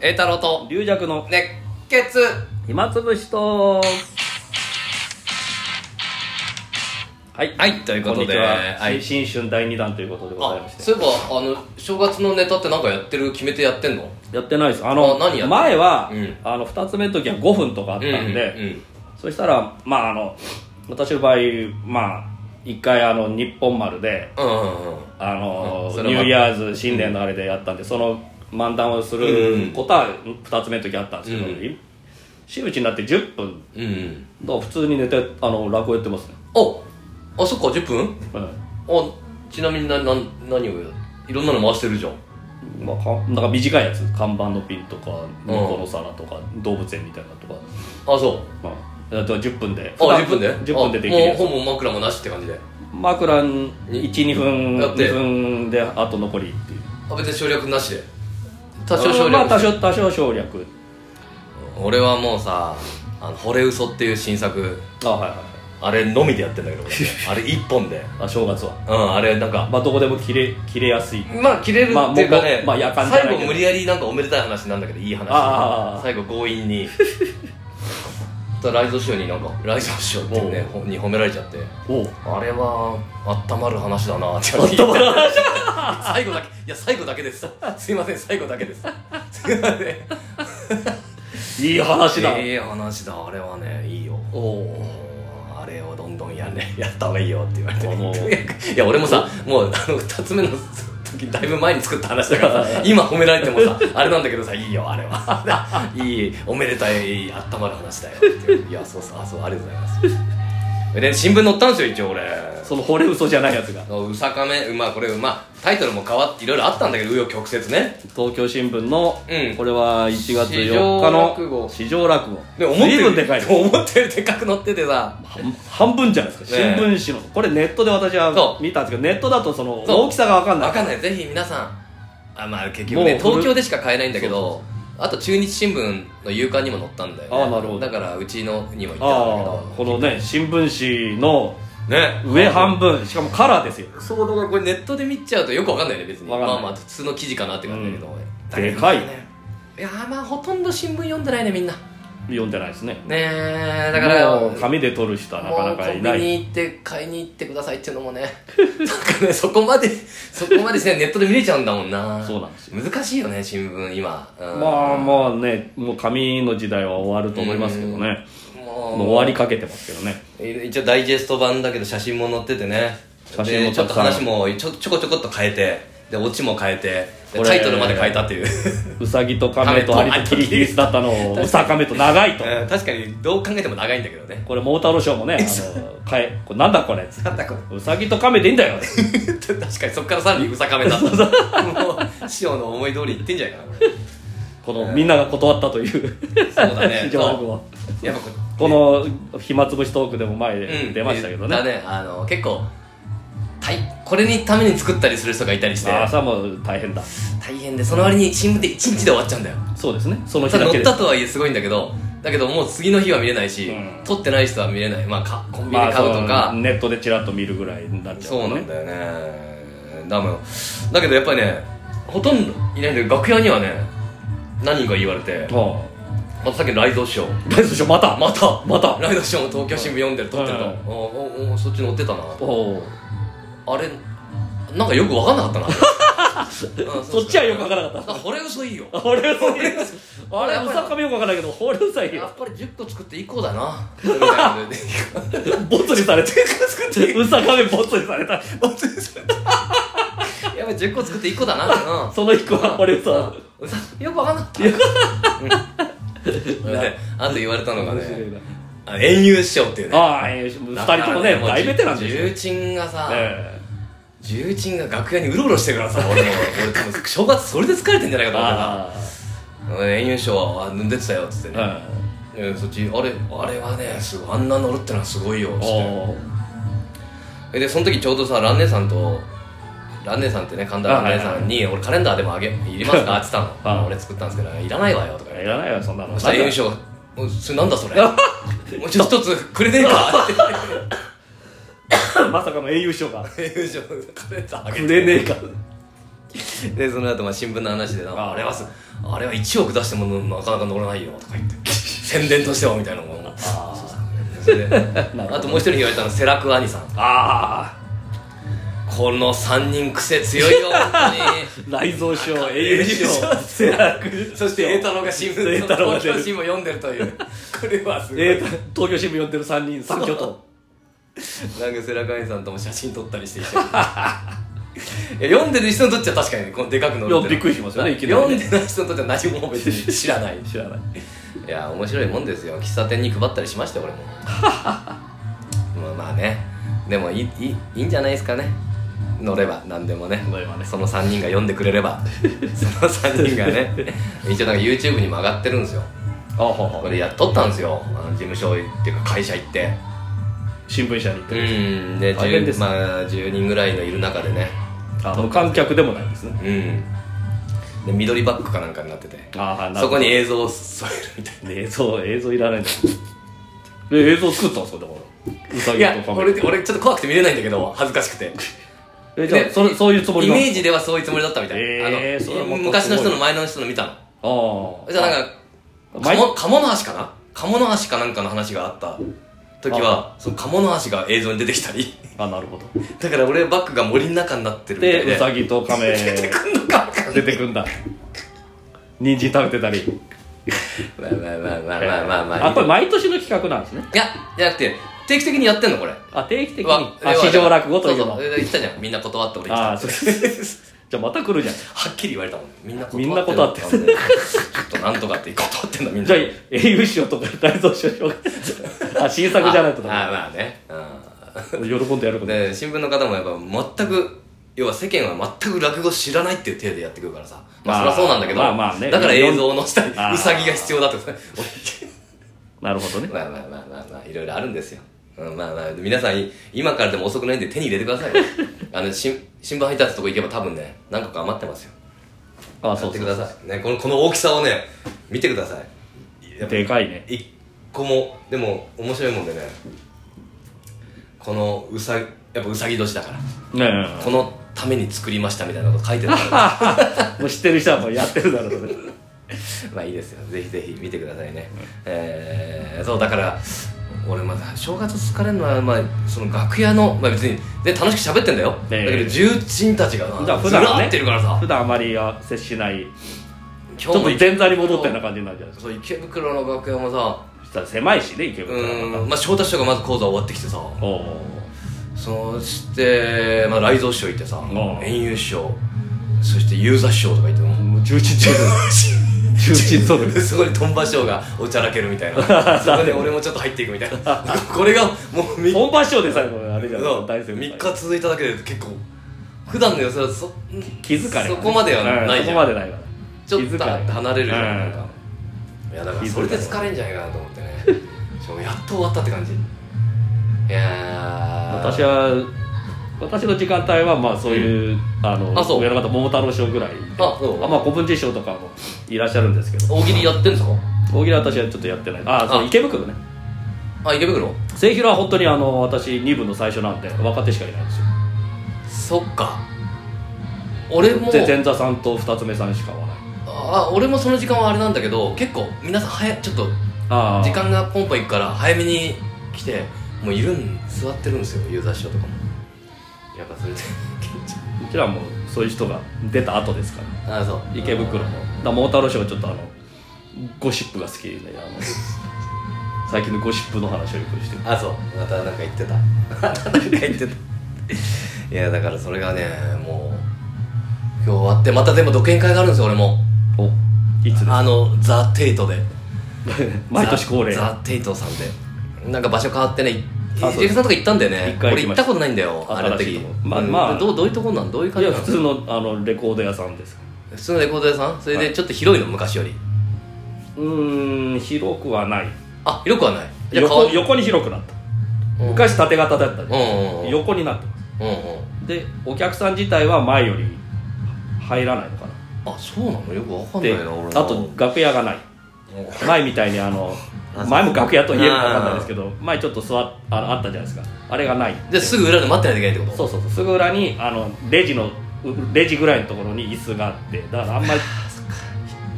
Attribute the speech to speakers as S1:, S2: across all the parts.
S1: 栄太郎と
S2: 龍尺の
S1: 熱血
S2: 暇つぶしとはい、
S1: はいということで
S2: こんにちは、
S1: はい
S2: 新新春第2弾ということでござい
S1: あ
S2: まして
S1: そういえばあの正月のネタってなんかやってる決めてやってんの
S2: やってないですあの
S1: あ何やってんの
S2: 前は、
S1: うん
S2: あの2つ目の時は5分とかあったんで、
S1: うんうん
S2: そしたらまああの私の場合まあ一回あの日本丸で
S1: うんうんうんうん
S2: あの、
S1: うんそれ
S2: ニ
S1: は
S2: ューイヤーズ新年のあれでやったんで、その漫談をすることは2つ目の時あったんですけど、
S1: うん
S2: 真打ちになって10分
S1: うんうん
S2: だから普通に寝てあの落語やってますね、
S1: おあそっか10分
S2: うん
S1: あちなみになな何をやいろんなの回してるじゃん
S2: まあ、かなんか短いやつ看板のピンとかニコの皿とか、動物園みたいなのとか、
S1: あそ
S2: まあ、あとは10分で
S1: うあ10分で
S2: 10分でできるや
S1: あ
S2: つ
S1: もう本も枕もなしって感じで
S2: 枕12分
S1: だって
S2: 2分であと残りっていう
S1: あ別に省略なしで多少省略
S2: まあ、多少多少省略
S1: 俺はもうさ「あの惚れ嘘っていう新作
S2: あはいはいはい
S1: あれのみでやってんだけ ど俺あれ1本で
S2: あ正月は
S1: うんあれなんか
S2: まあどこでも切れ切れやすい
S1: まあ切れる
S2: まあ
S1: っていうかね、
S2: もうまあ夜間じゃない
S1: 最
S2: けど
S1: 後無理やりなんかおめでたい話なんだけどいい
S2: あ
S1: 話
S2: あ
S1: 最後強引に だライゾ師匠になんかライゾ師匠っていうねほに褒められちゃって
S2: おう
S1: あれは温まる話だなって
S2: 温まる
S1: 話 最後だけいや最後だけですすいません最後だけですすいませ
S2: いい話だ、
S1: んいい話だあれはねいいよ
S2: おお
S1: あれ をどんどんやんねやった方がいいよって言われて
S2: あもう
S1: いや俺もさもうあの2つ目の時だいぶ前に作った話だから さ今褒められてもさあれなんだけどさいいよあれは いいおめでたいあったまる話だよっていういやそうそうあそうありがとうございますで新聞載ったんですよ一応俺
S2: その惚れ嘘じゃないやつが
S1: うさかめまあこれまあタイトルも変わっていろいろあったんだけど紆余曲折ね
S2: 東京新聞の、
S1: うん
S2: これは1月4
S1: 市
S2: 日
S1: 場落語
S2: の市場落語
S1: で思って
S2: 随
S1: る
S2: 分でかい ね
S1: 思ってるでかく載っててさ
S2: 半半分じゃないですか、
S1: ねえ
S2: 新聞紙のこれネットで私
S1: そ
S2: は
S1: う
S2: 見たんですけどネットだとその
S1: そう
S2: 大きさが分かんない
S1: わかんないぜひ皆さんあまあ結局ね
S2: もう
S1: 東京でしか買えないんだけ
S2: そうそ
S1: どあと中日新聞の夕刊にも載ったんだよ、ね、
S2: ああなるほど
S1: だからうちのにも行
S2: あ
S1: っ
S2: あこのね新聞紙の
S1: たんだけどね
S2: 上半分しかもカラーですよ
S1: そうだからこれネットで見ちゃうとよくわかんないね別に
S2: わかんない
S1: まあまあ普通の記事かなって感じだけど、
S2: でかい
S1: いやーまあほとんど新聞読んでないねみんな
S2: 読んでないですね
S1: ねえだから
S2: もう紙で撮る人はなかなかい
S1: も
S2: な
S1: うコンビ
S2: い
S1: ニ行って買いに行ってくださいっていうの もねなんかねそこまでそこまでしてネットで見れちゃうんだもんな
S2: そうなんですよ
S1: 難しいよね新聞今、うん
S2: まあまあねもう紙の時代は終わると思いますけどね
S1: もう
S2: もう終わりかけてますけどね
S1: 一応ダイジェスト版だけど写真も載っててね
S2: 写真も
S1: でちょっと
S2: たくさん
S1: 話もちょちょこちょこっと変えてでオチも変えてで
S2: これ
S1: タイトルまで変えたっていう
S2: うさぎと亀とア
S1: 亀と
S2: リとキリギリスだったの をうさ亀と長いと
S1: うん 確かにどう考えても長いんだけどね
S2: これ桃太郎賞もねあのかえこれなんだこれ
S1: なんだこれ
S2: うさぎと亀でいいんだよ
S1: 確かにそっからさらにうさかめだったもう師匠の思い通り言ってんじゃないかなこ れ
S2: このみんなが断ったという
S1: そうだ ね
S2: 非常には
S1: やっぱこれ
S2: この暇つぶしトークでも前
S1: うん
S2: で出ましたけどね,、
S1: だねあの結構たいこれにために作ったりする人がいたりして
S2: 朝も大変だ
S1: 大変でその割に新聞って1日で終わっちゃうんだよ
S2: そうですねその日
S1: ただ
S2: だけ
S1: 乗っ
S2: で
S1: たとはいえすごいんだけどだけどもう次の日は見れないし、
S2: うん
S1: 撮ってない人は見れないまあかコンビニ
S2: ま
S1: 買
S2: あ
S1: うとか、
S2: そのネットでちらっと見るぐらいになっちゃう
S1: そう
S2: から
S1: なんだよねだもんだけどやっぱりねほとんどいないんだけど楽屋にはね何人か言われて
S2: あ
S1: またさっきのライドショー
S2: あ大丈夫でしょまた
S1: また
S2: また
S1: ライドショーも東京新聞読んでる撮ってると、
S2: はいはい
S1: おおおそっち乗ってたな
S2: おお
S1: あれなんかよく分かんな かったな、うん
S2: そっちはよくわからなかった
S1: だらこれ嘘いいよ
S2: 俺はそういうあ
S1: 俺
S2: れ
S1: は
S2: うさかめよくわからないけど俺うさい
S1: やっ
S2: よ
S1: ぱり10個作って以降だなみたいなので
S2: ボツにされてうさかめボツにされた
S1: やっぱり10個作って1個だな。うん。
S2: その一個は俺うさ
S1: うさよくわかんなかった。であと言われたのがね、あ遠遊師匠っていうね。
S2: ああええ二人ともね
S1: だから
S2: 大ベテランですよ
S1: 重鎮がさ、
S2: え
S1: 重鎮が楽屋にうろうろしてるからさ、俺も、俺多分正月それで疲れてんじゃないかと思っ
S2: あ
S1: てた。遠遊師匠は、あ、出てたよ、つって
S2: あ
S1: ね。えそっち、あれ、あれはね、すごい、あんな乗るってのはすごいよ、
S2: うん
S1: つ
S2: お
S1: っ
S2: お
S1: て。で、その時ちょうどさ、蘭姉さんと、蘭姉さんってね、神田蘭姉さんに、俺カレンダーでもあげ、いりますかって言った
S2: あ
S1: の。
S2: あ
S1: 俺作ったんですけど、いらないわよ、とか言われて
S2: いらないよそんなの
S1: そしたら M 賞おそれなんだそ れもうちょっと一つくれねえか
S2: まさかの英雄賞が
S1: って M 賞 くれた
S2: くれねえか
S1: でその後まあ新聞の話でな
S2: あ
S1: あれはすあれは1億出してもなかなか乗らないよとか言って宣伝としてはみたいなのもああそうそうそれであともう一人言われたのセラク兄さん
S2: あ
S1: この3人癖強いよ本
S2: あ内蔵症
S1: 英
S2: 英
S1: 雄
S2: 雄
S1: 師
S2: 師
S1: 匠
S2: 匠セラク
S1: 当に そして栄太郎が新聞
S2: 栄太郎が
S1: 東
S2: 出
S1: 京新
S2: る
S1: 聞を読んでるというこれはすごい、
S2: えーと東京新聞読んでる3人三巨頭
S1: なんかセラカインさんとも写真撮ったりして一 緒にいや読んでる人にとっちゃ確かにこのでかく乗る
S2: いやびっくりしますよねいきなりね
S1: 読んでない人にとっては何も別に知らない
S2: 知らない
S1: いや面白いもんですよ喫茶店に配ったりしま したよ俺もまあまあねでもいいいいいいんじゃないですかね乗れば何でもね
S2: 乗ればね
S1: その3人が読んでくれれ ばその3人がね一応なんか YouTube にも上がってるんですよ
S2: あはは
S1: これやっとったんですよあの事務所行っていうか会社行って
S2: 新聞社に行ってる
S1: うんで
S2: 大変で
S1: 10
S2: す
S1: まあ、10人ぐらいのいる中でね
S2: あ無観客でもないんですね
S1: うんで緑バックかなんかになってて
S2: ああ
S1: そこに映像を添えるみたい
S2: 映像映像いらないんだで映像作ったんですかだからうさ
S1: ない
S2: ぎ
S1: や
S2: とか
S1: 俺俺ちょっと怖くて見れないんだけど恥ずかしく て
S2: えじゃあ
S1: ね
S2: それそういうつもり
S1: イ
S2: なの
S1: メージではそういうつもりだったみたい、
S2: えーそれ
S1: あ
S2: はま
S1: の
S2: たす
S1: 昔
S2: ごい
S1: の人の前の人の見たの
S2: ああ
S1: じゃあなんか
S2: 前
S1: 鴨鴨の足かな鴨の足かなんかの話があった時はその鴨の足が映像に出てきたり
S2: あなるほど
S1: だから俺バックが森の中になってるみたい
S2: で
S1: で
S2: うさぎとカメ
S1: 出てくんのか
S2: 出てくんだ人参食べてたり
S1: まあまあまあまあまあまあまあ
S2: やっぱり毎年の企画なんですね
S1: いや、じゃなくて、定期的にやってんの、これ。
S2: あ定期的に
S1: わ
S2: あ
S1: 要は
S2: 市場落語という
S1: そ
S2: の
S1: うそう、言ったじゃん。みんな断って俺来
S2: あ
S1: た。
S2: あそう ですじゃあまた来るじゃん
S1: はっきり言われたもん。みんな断って
S2: みんな断って
S1: ちょっとなんとかって断ってんだ、みんな。
S2: じゃあ英雄賞とか大蔵 賞とかあ新作じゃないと
S1: ああ、
S2: だ
S1: まあね。
S2: 喜んでやる
S1: う
S2: こ
S1: ん。
S2: と
S1: で、新聞の方もやっぱ全く、要は世間は全く落語知らないっていう体でやってくるからさ。まあ、そり
S2: ま
S1: ゃ
S2: あ
S1: そうなんだけど、
S2: まあまあね
S1: だから映像を載せたり、
S2: あー
S1: うさぎが必要だとかね。
S2: なるほどね
S1: まあまあまあまあまあいろいろあるんですよ、うん、まあまあ皆さんい今からでも遅くないんで手に入れてください あの新新聞配達とこ行けば多分ね何個か余ってますよ
S2: あ
S1: 買
S2: そ
S1: っ
S2: う
S1: て
S2: そ
S1: く
S2: う
S1: ださいねこのこの大きさをね見てくださいやっぱ
S2: でかいね
S1: 一個もでも面白いもんでねこのうさやっぱうさぎ年だから
S2: ねえ
S1: このために作りましたみたいなこと書いてるから
S2: もう知ってる人はもうやってるだろ うね
S1: まあいいですよぜひぜひ見てくださいね、えーそうだから俺まだ正月疲れるのは、まあ、その楽屋の、まあ、別にで楽しく喋ってんだよ、
S2: ええ
S1: だけど重鎮たちが
S2: じ
S1: な
S2: ゃあ普
S1: ずら
S2: 段
S1: ー
S2: ね
S1: ってるからさ
S2: 普段あまり接しないちょ
S1: 今
S2: っと
S1: 日も
S2: 前座に戻ったような感じになるじゃないです
S1: そう池袋の楽屋もさ
S2: かそしたら狭いしね池
S1: う
S2: 袋なんか
S1: ーんまあ翔太師匠がまず講座終わってきてさ
S2: おお
S1: そして、まあ、雷蔵師匠いてさ
S2: ん
S1: 円遊師匠そして遊座師匠とかいてもう
S2: もう重 鎮重鎮重鎮そる
S1: そこにトンバ師匠がおちゃらけるみたいな そこで俺もちょっと入っていくみたいなこれがもうみ
S2: 本場師匠でさえもあれじゃん
S1: そう
S2: 大先輩
S1: 3日続いただけで結構普段の寄せはそ
S2: 気づかれ
S1: そこまではない
S2: うん
S1: じ
S2: そ
S1: ゃ
S2: こ
S1: ん
S2: までないから
S1: ちょっと離れるじゃん
S2: う
S1: なんんかいやだか
S2: 気
S1: ら
S2: づ
S1: そ
S2: かれ
S1: れ
S2: た
S1: で疲れんじゃないかなと思ってねしかもやっと終わったって感じいやー
S2: 私は私の時間帯はまあそういう、あの
S1: あそう
S2: 親の方桃太郎師匠ぐらいで
S1: あそう
S2: あまあ古文治師匠とかもいらっしゃるんですけど
S1: 大喜利やってんですか
S2: 大喜利は私はちょっとやってないあそう
S1: あ
S2: 池袋ね
S1: あ池袋
S2: 末広は本当にあの私2部の最初なんで若手しかいないんです
S1: そ
S2: よ
S1: っか俺も
S2: で前座さんと二つ目さんしかはない
S1: あ俺もその時間はあれなんだけど結構皆さん早いちょっと
S2: あ
S1: 時間がポンポンいくから早めに来てもういるん座ってるんですよユーザー師匠とかもやっぱそれで 緊張
S2: うちらはもうそういう人が出た後ですから
S1: あそう
S2: 池袋のだから桃太郎師匠はちょっとあのゴシップが好きで、あの 最近のゴシップの話をよくしてる
S1: あそうまたなんか言ってた またなんか言ってたいやだからそれがねもう今日終わってまたでも独演会があるんですよ俺も
S2: おいつです
S1: あのザ・テイトで
S2: 毎年恒例
S1: ザ・ザテイトさんでなんか場所変わってね
S2: あそう
S1: ジェフさんとか行ったんだよね
S2: 一回行
S1: 俺
S2: き
S1: 行
S2: ま
S1: っ
S2: した
S1: たことないんだよあれの
S2: 新しい
S1: 時
S2: とこまあまあ
S1: うんどうどういうとこなんどういう
S2: い
S1: 感じ
S2: や
S1: なの
S2: 普通のあのレコード屋さんです
S1: 普通のレコード屋さんそれでちょっと広いの昔より
S2: うーん広くはない
S1: あ広くはないじゃあ
S2: 横
S1: 変わ
S2: 横に広くなった
S1: うん
S2: 昔縦型だったんで
S1: うんうんうん
S2: 横になってます
S1: うん
S2: でお客さん自体は前より入らないのかな
S1: うんあそうなのよくわかんな
S2: で
S1: いな俺
S2: あと楽屋がない前みたいにあの
S1: あ
S2: 前も楽屋と言えるか分かんないですけど前ちょっと座っあのあったじゃないですかあれがない
S1: ですぐ裏で待ってないといけないってこと
S2: そうそうそうすぐ裏にあのレジのうレジぐらいのところに椅子があってだからあんまり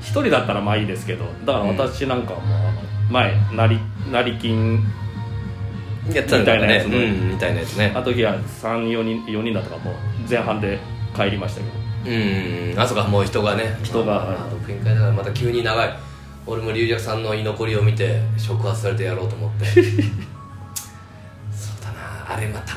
S2: ひ人だったらまあいいですけどだから私なんかはもうあの前なり成金
S1: やってたんだよね
S2: みたいなやつ
S1: うんみたいなやつね
S2: あの時は34人4人だったからもう前半で帰りましたけど
S1: うんあそこはもう人がね
S2: 人が
S1: あ独演会だからまた急に長い俺も龍尺さんの居残りを見て触発されてやろうと思って そうだなあれまた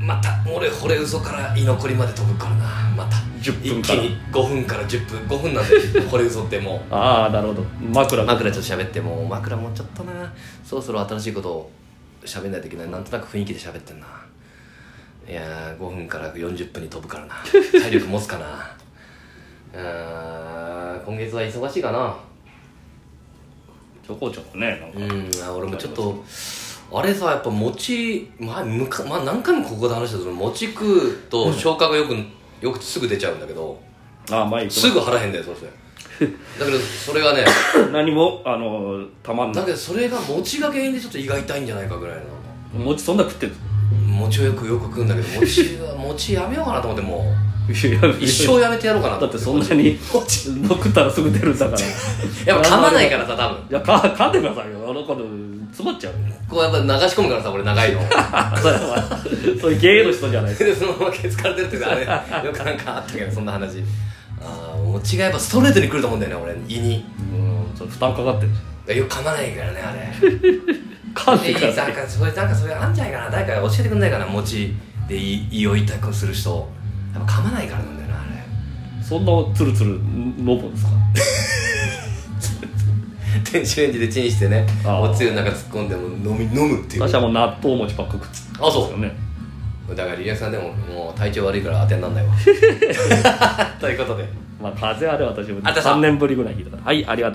S1: また俺惚れ嘘から居残りまで飛ぶからなまた
S2: 10
S1: 一
S2: 分
S1: 気
S2: から
S1: に5分から10分5分なんで惚れ嘘ってもう
S2: ああなるほど枕が
S1: 枕ちょっと喋ってもう枕もちょっとなそろそろ新しいことを喋んないといけないなんとなく雰囲気で喋ってんないやー5分から40分に飛ぶからな体力持つかな あー今月は忙しいかな
S2: ちょこちょこねなんか、
S1: うんあ俺もちょっとあれさやっぱ餅前むか、まあ、何回もここで話したけど餅食うと消化がよく、よくすぐ出ちゃうんだけど
S2: ああ前行きます
S1: ぐ腹へんだよそうしてだけどそれがね
S2: 何もあのたまんな
S1: だ
S2: い
S1: けどそれが餅が原因でちょっと胃が痛いんじゃないかぐらいの
S2: 餅そんな食ってる
S1: 餅をよくよく食うんだけど餅は餅やめようかなと思っても
S2: いやいや
S1: う一生やめてやろうかなと
S2: だ
S1: 思
S2: ってそんなに
S1: 餅
S2: 食ったらすぐ出るんだから
S1: やっぱ噛まないからさ多分
S2: いやか噛んでくださいよあの子の詰まっちゃうよ
S1: こうやっぱ流し込むからさ俺長い の
S2: そういう芸の人じゃないです
S1: でそのままケツから出るっていうのはあれよくなんかあったけどそんな話あー餅がやっぱストレートに来ると思うんだよね俺胃に
S2: うんちょっと負担かかってる
S1: よく噛まないからねあれ
S2: 噛ん
S1: で
S2: でくださ
S1: なん
S2: い
S1: かそれなんかそれあんじゃないかな誰か教えてくんないかな餅で胃胃を痛くする人やっぱ噛まないからなんだよなあれ
S2: そんなツルツルロボですか
S1: 電子レンジでチンしてね
S2: ああ
S1: おつゆの中突っ込んでも飲み飲むっていう
S2: 私はもう納豆餅ばっか食ってたん
S1: あそ
S2: ですよね
S1: うだからリリアさんでももう体調悪いから当てになんないわ ということで
S2: まあ風邪あれ私も
S1: あたさ
S2: 3年ぶりぐらい聞いたからはいありがとう